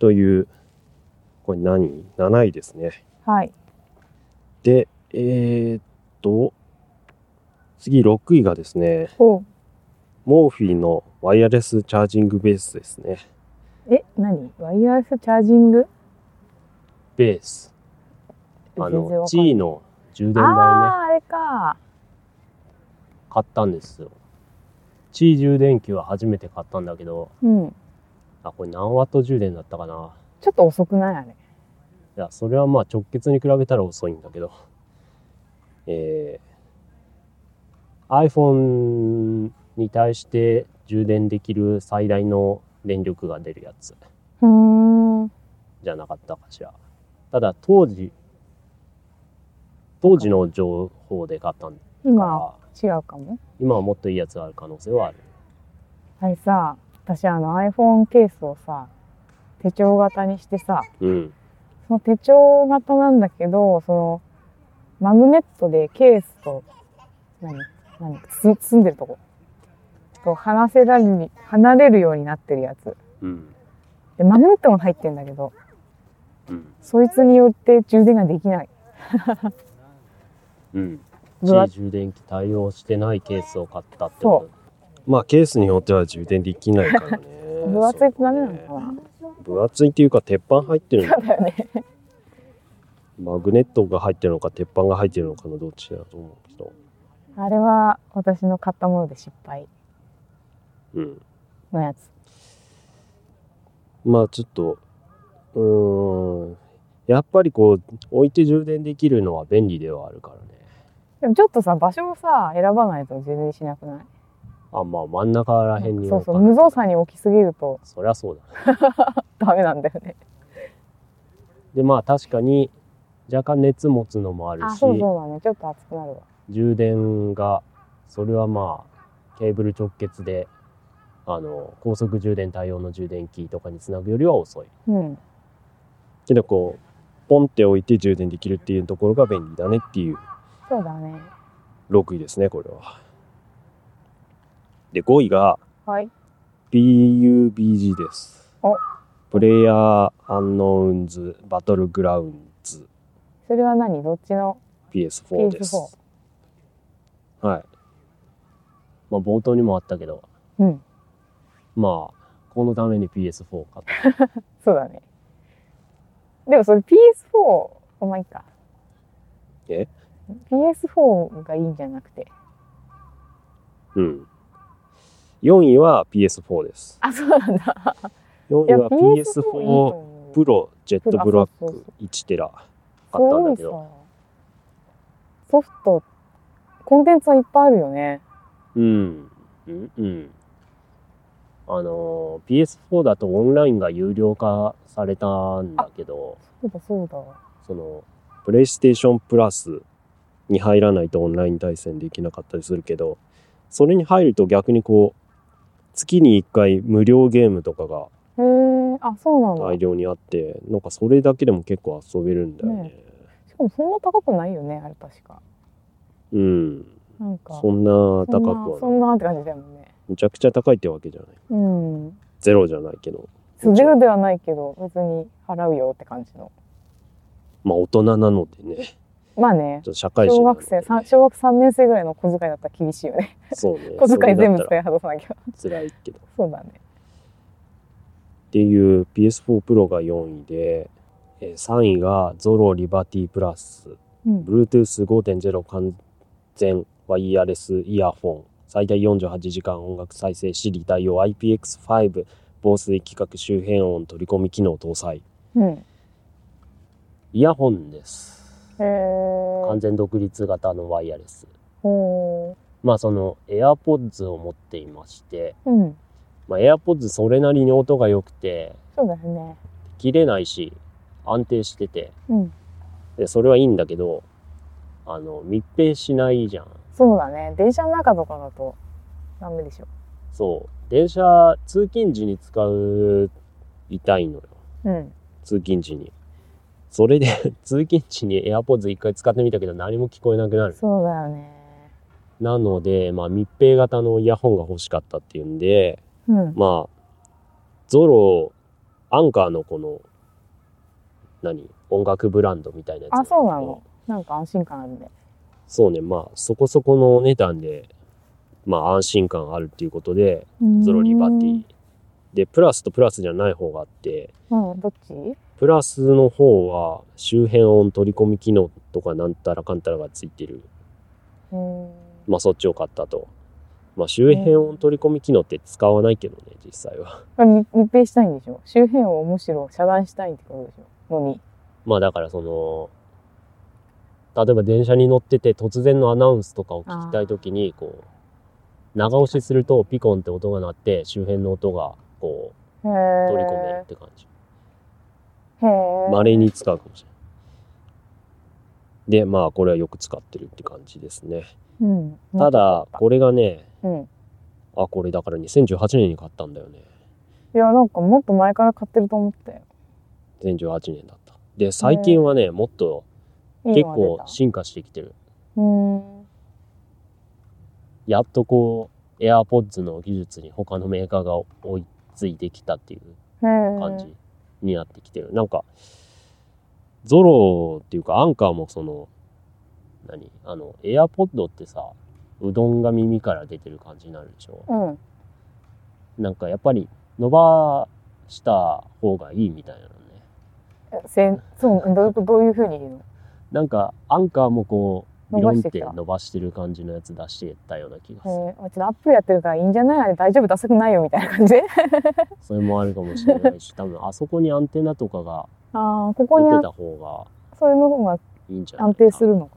というこれ何 ?7 位ですね
はい。
でえーっと次6位がですね
おう
モーフィーのワイヤレスチャージングベースですね
え、何ワイヤレスチャージング
ベースあ
全然わか
の
んない
G の充電台ね
ああー、あれか。
買ったんですよ。地位充電器は初めて買ったんだけど、
うん。
あ、これ何ワット充電だったかな。
ちょっと遅くないあれ。
いや、それはまあ直結に比べたら遅いんだけど。えー、iPhone に対して充電できる最大の電力が出るやつ
ふーん。
じゃなかったかしら。ただ当時、当時の情報で買ったんだか
今、
ら、
違うかも。
今はもっといいやつがある可能性はある。
あれさ、私あの iPhone ケースをさ、手帳型にしてさ、
うん。
その手帳型なんだけど、その、マグネットでケースと、何何つ包んでるとこ。と離せられる、離れるようになってるやつ
うん。
で、マグネットが入ってんだけど、
うん。
そいつによって充電ができない。
うん。
分厚
充電器対応してないケースを買ったってことまあケースによっては充電できないからね
分厚いとダメなの
そうね
かな
分厚いっていうか鉄板入ってるの
そうだよね。
マグネットが入ってるのか鉄板が入ってるのかのどっちだと思うけど
あれは私の買ったもので失敗
うん
のやつ。
まあちょっとうーんやっぱりこう置いて充電できるのは便利ではあるからね
でもちょっとさ、場所をさ、選ばないと充電しなくない
あまあ真ん中らへんに
そ
置
う
か
そう、
ない
無造作に置きすぎると
そりゃそうだ
ダメなんだよね。
でまあ確かに若干熱持つのもあるし
あ、そうそうだね。ちょっと熱くなるわ。
充電がそれはまあケーブル直結であの高速充電対応の充電器とかにつなぐよりは遅い
うん。
けどこうポンって置いて充電できるっていうところが便利だねっていう
そうだね。
6位ですねこれはで5位が
はい。
PUBG です
お
プレイヤーアンノーンズバトルグラウンズ
それは何どっちの
PS4 です。はい。まあ冒頭にもあったけど、
うん。
まあこのために PS4 を買った。
そうだね。でもそれ PS4、お前いいか。
え
?PS4 がいいんじゃなくて。
うん。4位は PS4 です。
あ、そうなんだ。
4
い
位
や、
は
PS4 いいと
PS4
思う。
プロジェットブラッ
そうそう
ク1テラ
す
買ったん
ご
だ
い
け
さ
ど。。
ソフト、コンテンツはいっぱいあるよね。
うん。うんうん。あのー PS4 だとオンラインが有料化されたんだけど、
そうだそうだ。
そのプレイステーションプラスに入らないとオンライン対戦できなかったりするけどそれに入ると逆にこう月に1回無料ゲームとかが
へえ、あ、そうなんだ。
大量にあってなんかそれだけでも結構遊べるんだよね。
ねしかもそんな高くないよね、あれ確か。
うん、
なんか。
そんな高くは
そ
ない
んなそんなって感じだよね。
むちゃくちゃ高いってわけじゃない
うん。
ゼロじゃないけど
そうゼロではないけど、別に払うよって感じの。
まあ大人なのでねち
まあね
ょっ。と社会人
(laughs) 小
なの
学
で
生、さん小学3年生ぐらいの小遣いだったら厳しいよね。
(laughs) そうね
小遣い全部
そ
使い
れだ
外さなきゃ。
ったら辛いけど
そうだね。
っていう PS4 Pro が4位で、えー3位が Zoro Liberty Plus
うん。
Bluetooth5.0 完全ワイヤレスイヤホン最大48時間音楽再生 Siri 対応 IPX5 防水規格周辺音取り込み機能搭載
うん。へ
イヤホンです
え。
完全独立型のワイヤレス
ほ
まあその AirPods を持っていまして、
う。うん。
まあ、AirPods それなりに音が良くて
そうだよね。
切れないし安定してて
うん。
でそれはいいんだけどあの密閉しないじゃん
そうだね。電車の中とかだとダメでしょ。
そう電車通勤時に使う痛いのよ
うん。
通勤時にそれで (laughs) 通勤時に AirPods 一回使ってみたけど何も聞こえなくなる
そうだよね。
なので、まあ、密閉型のイヤホンが欲しかったっていうんで
うん。
まあゾロアンカーのこの何音楽ブランドみたいなやつ
あ、そうなの。なんか安心感あるね。
そうね、まあ、そこそこのお値段で、まあ、安心感あるっていうことで、ゾロリバティ。で、プラスとプラスじゃない方があって、
うん。どっち
プラスの方は、周辺音取り込み機能とか、なんたらかんたらがついてる。
うん。
まあ、そっちを買ったと。まあ、周辺音取り込み機能って使わないけどね、実際は。 (laughs)
密密閉したいんでしょ周辺をむしろ遮断したいってことでしょのに。
まあ、だから、その、例えば電車に乗ってて、突然のアナウンスとかを聞きたいときに、こう、長押しすると、ピコンって音が鳴って、周辺の音が、こう、
へえ。
取り込めるって感じ。
へえ。
まれに使うかもしれない。で、まあ、これはよく使ってるって感じですね。
うん。
ただ、これがね、
うん。
あ、これだから2018年に買ったんだよね。
いや、なんかもっと前から買ってると思ったよ。
2018年だった。で、最近はね、もっと
いい
結
のが出
構
た
進化してきてる。
うーん。
やっとこう、AirPods の技術に他のメーカーが追いついてきたってい
へ
う感
感
じになってきてる。なんか、ゾロっていうかアンカーもその、何あの、エアポッドってさ、うどんが耳から出てる感じになるでしょ。
うん
なんかやっぱり伸ばした方がいいみたいなのね。
せんそうどうどういうふうに言うの
なんかアンカーもこう、ビロン
伸ばし
っ
て
て
きた
伸ばしてる感じのやつ出してたような気がする。
えー、うちのアップルやってるからいいんじゃないあれ大丈夫ダサくないよみたいな
(laughs)
感じ
それもあるかもしれないし、多分あそこにアンテナとかが
ああここにあ
出てた方が
それの方が
いいんじゃない
安
かな
定するのか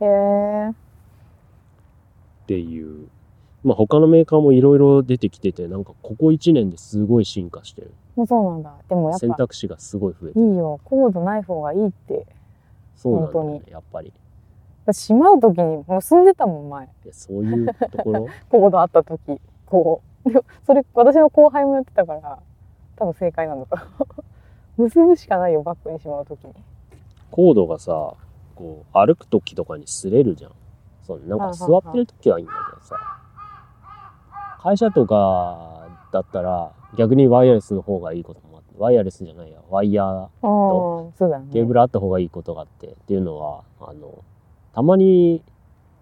へえ
っていう。まあ他のメーカーもいろいろ出てきてて、なんかここ1年ですごい進化してる。
もうそうなんだでもやっ
選
ぱ
択肢がすごい増えて
い
る。
いよコードない方がいいって
そうなんだよ
本
ね、やっぱり。
私しまう時に結んでたもん前
でそういうところ (laughs)
コードあった時こうで (laughs) もそれ私の後輩もやってたから多分正解なんだと (laughs) 思う結ぶしかないよバッグにしまう時に
コードがさ、こう歩く時とかに擦れるじゃん。そうなんか座ってる時はいいんだけどさ。会社とかだったら逆にワイヤレスの方がいいこともあって、ワイヤレスじゃないや、ワイヤー
ああーそうだよね
ケーブルあった方がいいことがあって、っていうのは、あの、たまに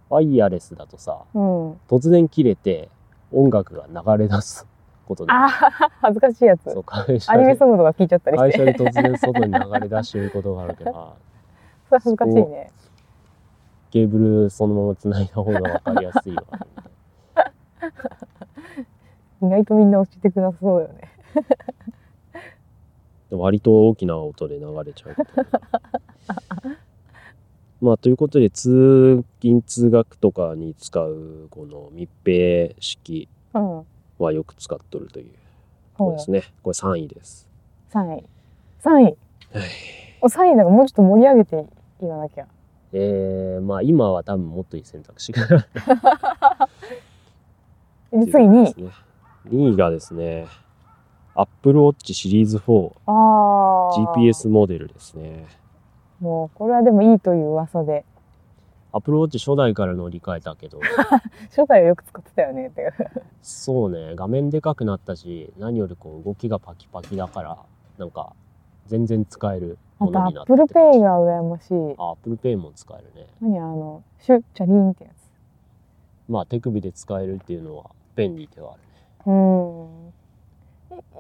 ワイヤレスだとさ、
うん
突然切れて音楽が流れ出すことで、
ああ恥ずかしいやつ
そう会社
アニメ
で
ソングとか聞いちゃったり
会
して
社で突然外に流れ出してることがあるから
(laughs) それ恥ずかしいね
ケーブルそのまま繋いだ方が分かりやすいわみたい
意外とみんな教えてくなさそうだよね
な割と大きな音で流れちゃうことが
(laughs)
まあということで通勤通学とかに使うこの密閉式
うん
はよく使っとるというこうですねこれ3位です
3位3位
はい
お3位なんかもうちょっと盛り上げて言わなきゃ
えー、まあ今は多分もっといい選択肢がある
で次に
っていうことですね2位がですね、Apple Watch シリーズ4、
ああ
GPS モデルですね。
もうこれはでもいいという噂で
Apple Watch 初代から乗り換えた
(laughs)
けど、
初代はよく使ってたよねっていう
そうね、画面でかくなったし、何よりこう動きがパキパキだから、なんか全然使える
あ
も
と
の
ア
にな
ッ
って
プル
る
ペイが羨ましい
あ、Apple Pay も使えるね。
何あのシュッチャリンってやつ
まあ手首で使えるっていうのは便利ではあるね。
うん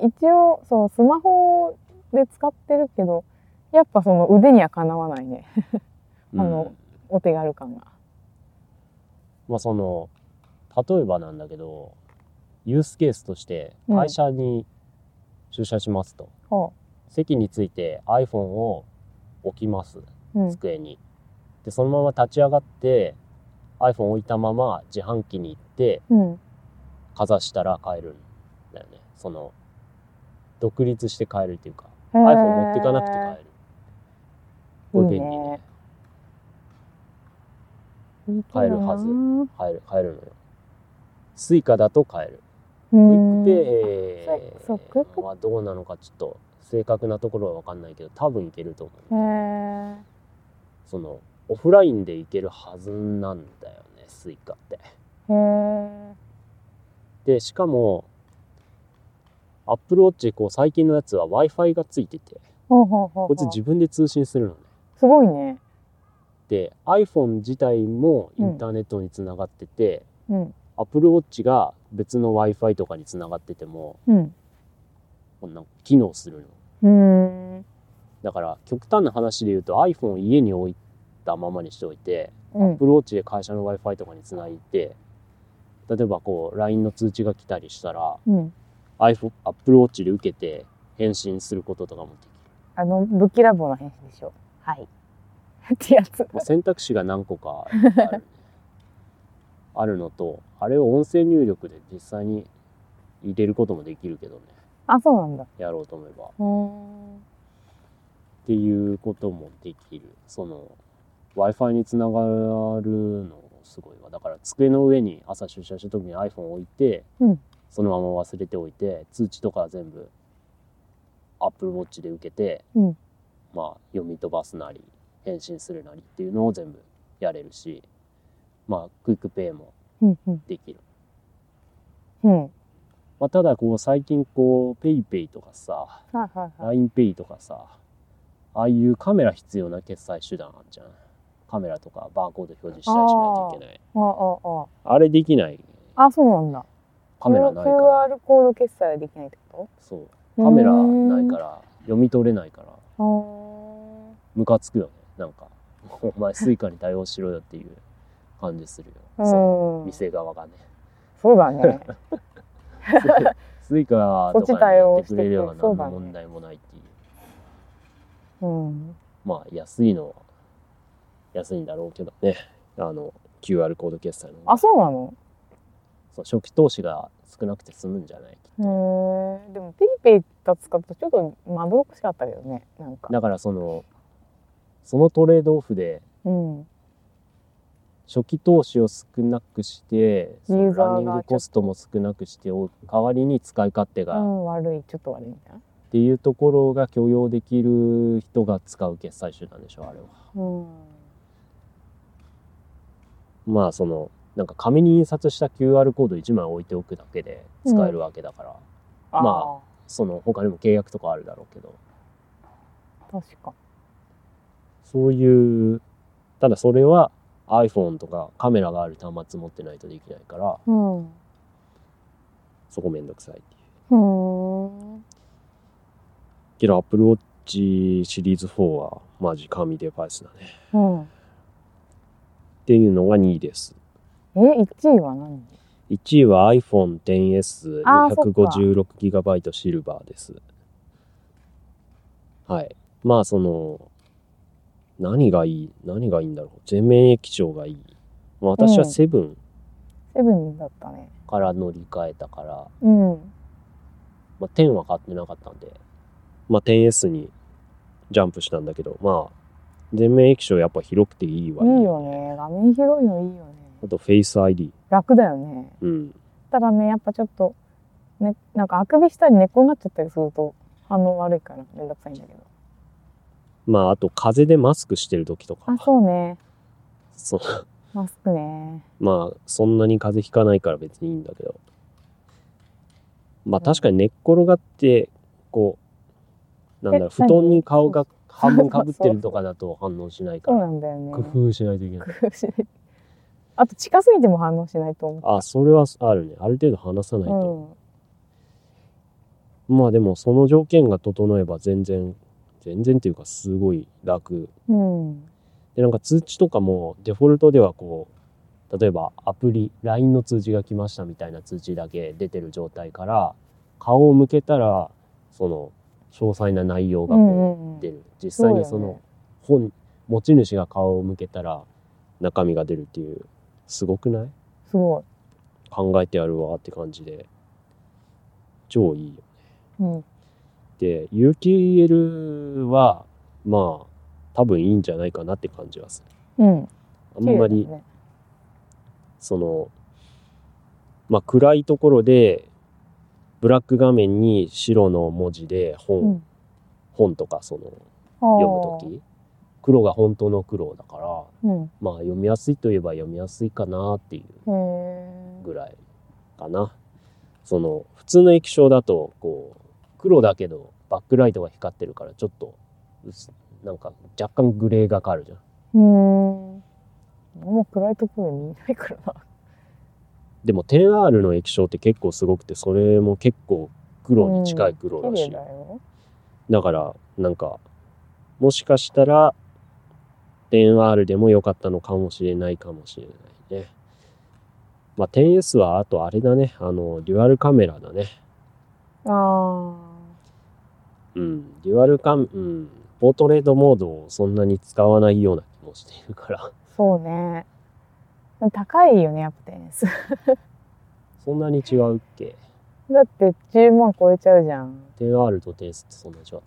い一応そうスマホで使ってるけどやっぱその腕にはかなわないね (laughs)
うん
あのお手軽感が
まあその例えばなんだけどユースケースとして
うん
会社に出社しますと、
ほ
席について iPhone を置きます
う、うん、
机に、でそのまま立ち上がって iPhone 置いたまま自販機に行って
うん、
かざしたら買えるんだよねその独立して買えるっていうか iPhone 持っていかなくて買えるこれ便利
いい
ね
ねる
買えるはず買える買えるのよスイカだと買える
ク
クイックペイ
そうクイック
はどうなのかちょっと正確なところは分かんないけど多分いけると思う、
へえ
そのオフラインでいけるはずなんだよねスイカっ
へ
て
え
でしかもアップルウォッチこう最近のやつは w i f i がついてて
ほうほうほう
こいつ
ほう
自分で通信するのね
すごいね
で iPhone 自体もインターネットにつながってて、
うん
アップルウォッチが別の w i f i とかにつながってても
うん
こんな機能するの
うーん
だから極端な話で言うと iPhone を家に置いたままにしておいて
うん
Apple Watch で会社の w i f i とかにつないで例えばこう LINE の通知が来たりしたら
うん、
iPhone Apple Watch で受けて返信することとかもできる
あのぶっきらぼうな返信でしょはいってやつ
もう選択肢が何個かある,、あるのとあれを音声入力で実際に入れることもできるけどね
あそうなんだ
やろうと思えばっ
うーん
ていうこともできるその w i f i につながるのすごいわだから机の上に朝出社した時に iPhone を置いて、
うん
そのまま忘れておいて通知とかは全部 AppleWatch で受けて、
うん
まあ読み飛ばすなり返信するなりっていうのを全部やれるしまあクイックペイも
うんうん
できる
うん
まあ、ただこう最近こう PayPay とかさ
はいはいはい。
LINEPay とかさああいうカメラ必要な決済手段あるじゃんカメラとかバーコード表示したりしないといけない
ああ
あれできない
ああ。あ、そうなんだ。
カメラないから
QR コード決済はできないってこ
そう
と
カメラないから読み取れないから
ら。うーん
ムカつくよねなんか (laughs) お前スイカに対応しろよっていう感じするよ、
うん。
店側 (laughs) がね
そうだ
(laughs)
ね。
スイカとかにやってくれれば何の問題もないっていう
うん。
まあ安いのは安いんだろうけどねあの QR コード決済の方が
あ、そうなの
そう初期投資が少なくて済むんじゃない
へえ。でも、ペイペイだ使うとちょっとまどろくしかったけどね。なんか。
だからそのそのトレードオフで
うん。
初期投資を少なくしてそ
ユ
の
ーザーが
ランニングコストも少なくしてお代わりに使い勝手
う
が、っ
ん、悪い。ちょっと悪いんじゃない
ていうところが許容できる人が使う決済手段でしょあれは。
うん。
まあそのなんか紙に印刷した QR コード1枚置いておくだけで使えるわけだから、まその他にも契約とかあるだろうけど
あー。確か。
そういうただそれは iPhone とかカメラがある端末持ってないとできないから
うん。う
そこめんどくさいっていう
ーん。
けど Apple Watch シリーズ4はマジ神デバイスだね
うん。
っていうのが2位です
え、1位は何
1位は
あーそっか
iPhone10S256GB シルバーですはいまあその何がいい何がいいんだろう全面液晶がいい私は
うん
セブン
セブンだったね。
から乗り換えたから、
うん。
まあ、10は買ってなかったんで、まあ、10S にジャンプしたんだけど、まあ、全面液晶やっぱ広くていいわ。
いいよね。画面広いのいいよね。
あと、フェイス ID。
楽だよね。
うん。
ただね、やっぱちょっと、ね、なんかあくびしたり寝っ転がっちゃったりすると反応悪いからめんどくさいんだけど。
まあ、あと、風邪でマスクしてる時とか
あ、、そうね。
そう
マスクね。
まあ、そんなに風邪ひかないから別にいいんだけど。まあ、確かに寝っ転がって、こう、なんだろう、
え
布団に顔が半分
そ
か
う
ぶってるとかだと反応しないか
(laughs) そう
ら、
なんだよね。
工夫しないといけない。
工夫しない。あと近すぎても反応しないと思。
あ、それはあるね。ある程度話さないうと。まあでもその条件が整えば全然全然っていうかすごい楽
うん。うん。
でなんか通知とかもデフォルトではこう例えばアプリ LINE の通知が来ましたみたいな通知だけ出てる状態から顔を向けたらその詳細な内容
う
が
ん
こ
うん
う出る、実際に
そ
そう
だよね
の本、持ち主が顔を向けたら中身が出るっていうすごくない
すごい。
考えてやるわって感じで超いいよ
うん。
で UKL はまあ多分いいんじゃないかなって感じはする
うん。
あんま
綺麗
り
だね
そのまあ暗いところでブラック画面に白の文字で本,、
うん
本とかその
読
読む時黒が本当の苦労だから
うん。
まあ読みやすいといえば読みやすいかなってい
へ
う
え。
ぐらいかなその普通の液晶だとこう黒だけどバックライトが光ってるからちょっと薄なんか若干グレーがかかるじゃん
うん。もう暗いところにいないからな。
でも 10R の液晶って結構すごくてそれも結構黒に近い黒らしい、
綺麗だよ。
だからなんかもしかしたら 10R でも良かったのかもしれないかもしれないねまあ 10S はあとあれだねあのデュアルカメラだね
ああ。
うんデュアルカメうんポートレートモードをそんなに使わないような気もしているから (laughs)
そうね。高いよね、やっぱテニス。 (laughs)
そんなに違うっけ
だって10万超えちゃうじゃん。
10R と 10S ってそんなに違ったっ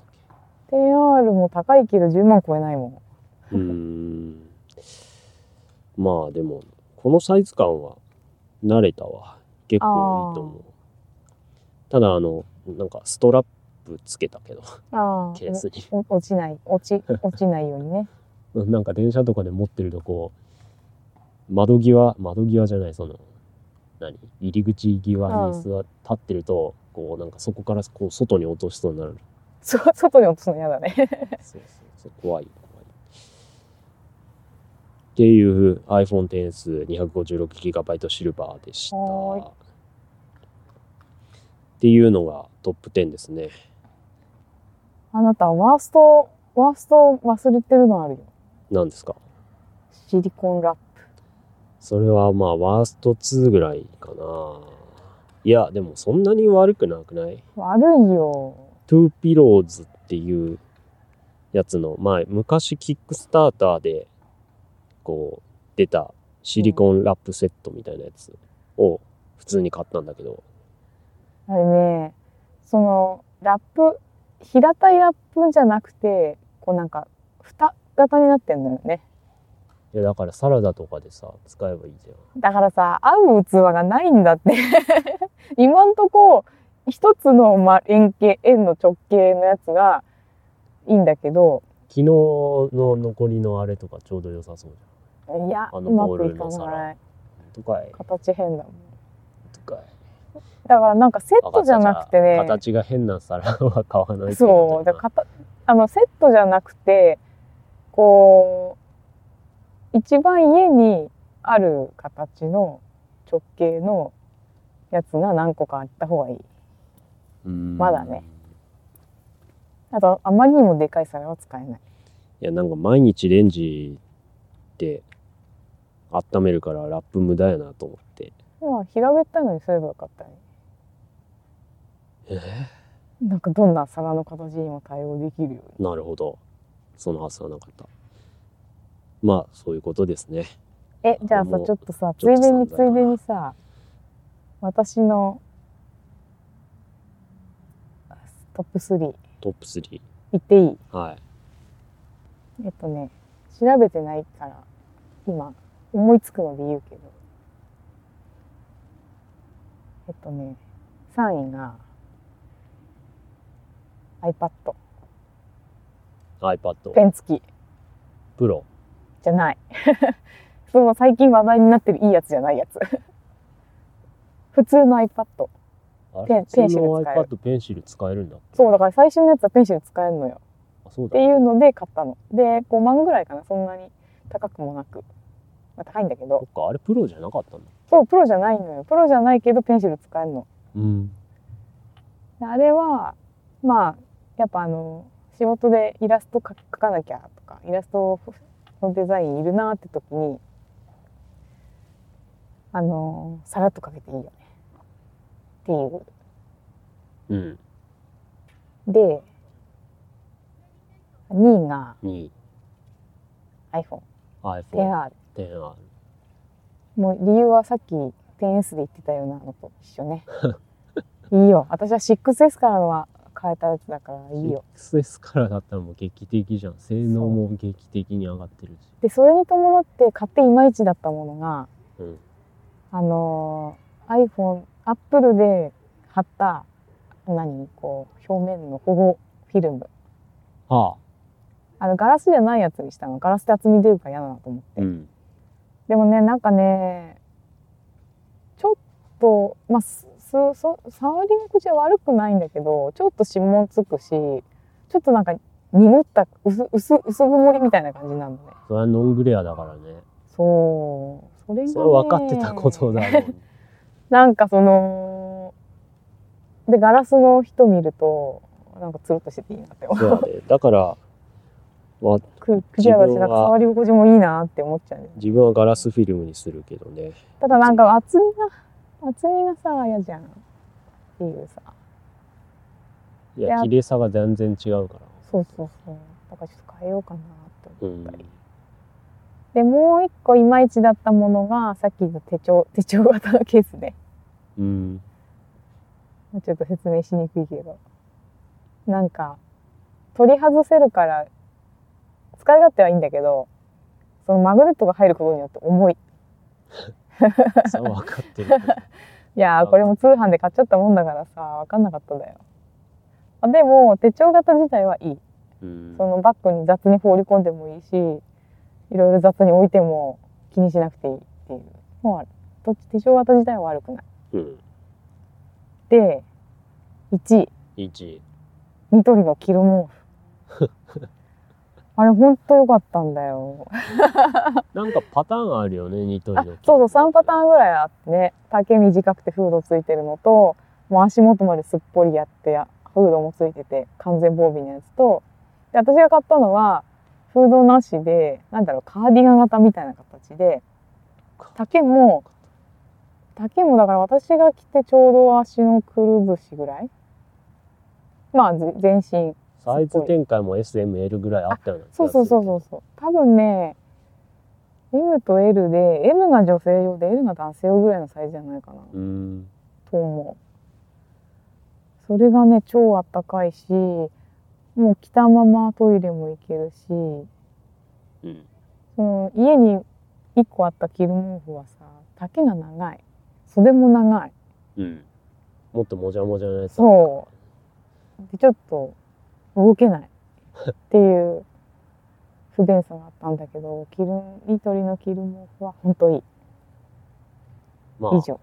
け
10R も高いけど10万超えないも
うーん (laughs) まあでもこのサイズ感は慣れたわ結構いいと思うただあのなんかストラップつけたけど
ん。ああ。
ケースに
お落ちない。落ち、落ちないようにね。
(laughs) なんか電車とかで持ってるとこう窓際窓際じゃないその何入り口際に座っ立ってると、こうなんかそこからこう外に落としそうに
(laughs)
なる。
そ外に落とすの嫌だね。 (laughs)
そうそうそう怖い怖い。っていう iPhone XS 256GB シルバーでした。
はーい
っていうのがトップ10ですね。
あなた、ワースト、ワースト忘れてるのあるよ。
何ですか
シリコンラップ。
それはまあワースト2ぐらいかな。いや、でもそんなに悪くなくない
悪いよ。
トゥーピローズっていうやつの、まあ、昔キックスターターでこう出たシリコンラップセットみたいなやつを普通に買ったんだけど、
あれね、その、ラップ、平たいラップじゃなくて、こうなんか、蓋型になってんのよね。
いやだからサラダとかでさ使えばいいじゃん
だからさ、合う器がないんだって。 (laughs) 今んとこ、一つのま円形、円の直径のやつがいいんだけど、
昨日の残りのあれとかちょうど良さそうじ
いや、
あ
う
の
ま
ボー
くい
ル
か
の皿
ない。
ゃんとかい
形変だもん。
とかい
だからなんかセッ
わか
ト
った
じゃなくてね。
じゃあ形が変な皿は買わないってこ
そう
と
だ
だな
かたあのセットじゃなくてこう一番家にある形の直径のやつが何個かあった方がいい
うん
まだねあとあまりにもでかい皿は使えない
いやなんか毎日レンジで温めるからラップ無駄やなと思って
まあ平べったいのにすればよかったねなんかどんな皿の形にも対応できるよ
なるほどその発想はなかったまあそういうことですね
うにえじゃあ
あ
さ
の
ちょっとさ
ち
つ
ょ
い
っと
でにつ
散
い
々だな
でにさ私のトップ3
トップ3
言っていい
はい
えっとね、調べてないから、今、思いつくので言うけど。えっとね、3位が、iPad。
iPad
ペン付き。
プロ
じゃない。 (laughs) その最近話題になってるいいやつじゃないやつ。 (laughs) 普通の iPad。
あ
ペ
れ
ン
普通
ペンシル使
の
える
iPad ペンシル使えるんだ
そう、だから最新のやつはペンシル使えるのよ。
あそう
って
だ
いうので買ったの。で、5万ぐらいかな。そんなに高くもなく。まあ、高いんだけ
そ
ど。
っかあれプロじゃなかったんだ
そう、プロじゃないのよ。プロじゃないけどペンシル使えるの。
うん
であれはまあやっぱあの仕事でイラストか描かなきゃとかイラストのデザインいるなって時にあのさらっとかけていいよねっていう。
うん
で2位が
2
iPhone
iPhone10R
XR もう理由はさっき 10S で言ってたようなのと一緒ねいいよ私は 6S からのは変えたやつだからいいよ
6S からだったらもう劇的じゃん性能も劇的に上がってるし
でそれに伴って買っていまいちだったものが、
うん
あのー iPhone アップルで貼った何こう表面の保護フィルム
はあ
あのガラスじゃないやつにしたのガラスで厚み出るから嫌だなと思って、
うん
でもねなんかねちょっとまあすすそ触り心地は悪くないんだけどちょっと指紋つくしちょっとなんか濁った薄薄薄曇りみたいな感じなのね
それはノングレアだからね
そうそれが、ね、
それは分かってたこと (laughs) だろうね
なんかそのでガラスの人見るとなんかつるっとしてていいなって思う
そうだねだからわ
くクジャガし
自
なん
分
か
は
触り心地もいいなって思っちゃうよね
自分はガラスフィルムにするけどね
ただなんか厚みが厚みがさ嫌じゃんっていうさ
い
い
や
や
綺麗さが全然違うか
そうそうそうだからちょっと変えようかなって
らう
思っ
ん
たり、でもう一個いまいちだったものがさっきの手帳 (laughs) 手帳型のケースで
うん
ちょっと説明しにくいけど。なんか、取り外せるから、使い勝手はいいんだけど、そのマグネットが入ることによって重い。
それは分かってるけど
いやー、これも通販で買っちゃったもんだからさ、わかんなかったんだよ。あでも、手帳型自体はいい。
うん
そのバッグに雑に放り込んでもいいし、いろいろ雑に置いても気にしなくていいっていうのはある。どっち手錠型自体は悪くない。
うん。
で、1位、
1位。
ニトリの着る毛布。あれ、ほんと良かったんだよ。
なんかパターンあるよね、ニトリ
あ
の。
そうそう、3パターンぐらいあってね、丈短くてフードついてるのと、もう足元まですっぽりやって、フードもついてて、完全防備のやつと、で私が買ったのは、フードなしで、なんだろう、カーディガン型みたいな形で、丈も、丈もだから私が着てちょうど足のくるぶしぐらいまあ、ぜ全身
サイズ展開も SML ぐらいあったよね。
そうそうそうそうそう多分ね M と L で M が女性用で L が男性用ぐらいのサイズじゃないかな
う。うん。
と思うそれがね超あったかいしもう着たままトイレも行けるしそ
うん。
の家に1個あった着る毛布はさ丈が長い袖も長い
うん。もっともじゃもじゃなやつ。
そうでちょっと動けないっていう不便さがあったんだけど着るニトリの着る毛布は本当いい
ま
以
あ、
上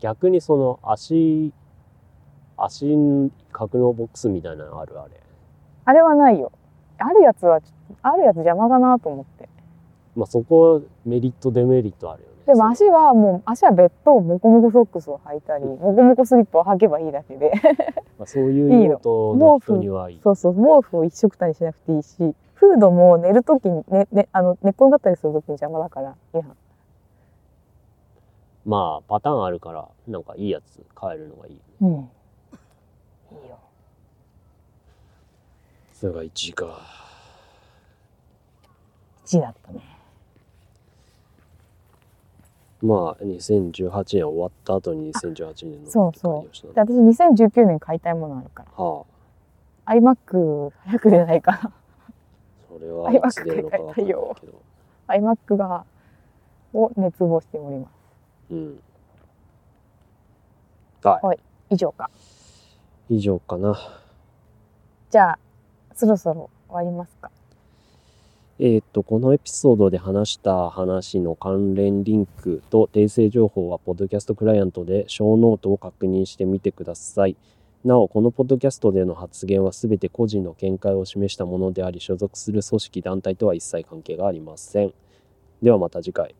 逆にその足、足格納ボックスみたいなのあるあれ。
あれはないよあるやつはちょあるやつ邪魔だなと思って
まあそこメリットデメリットあるよね。
でも足はもう足は別途モコモコソックスを履いたりモコモコスリッパを履けばいいだけで (laughs)
まあ、そういう用途の人にはいい。
そうそう毛布を一色たにしなくていいしフードも寝る時に、ねね、あの寝っ転がったりする時に邪魔だから違反
まあパターンあるから、なんかいいやつ変えるのがいい。
うんいいよ
それが1位か。
1だったね
まあ2018年終わった後に2018年の
そうそうで私2019年買いたいものあるから
はあ、
iMac 早く出ないか (laughs)
それはいつ出るのかわかんない
あ今な iMac
けど。
がを熱望しております
うん。は
以上か
い、以上かな。
じゃあそろそろ終わりますか
えーっと、このエピソードで話した話の関連リンクと訂正情報は、ポッドキャストクライアントで小ノートを確認してみてください。なお、このポッドキャストでの発言は全て個人の見解を示したものであり、所属する組織団体とは一切関係がありません。ではまた次回。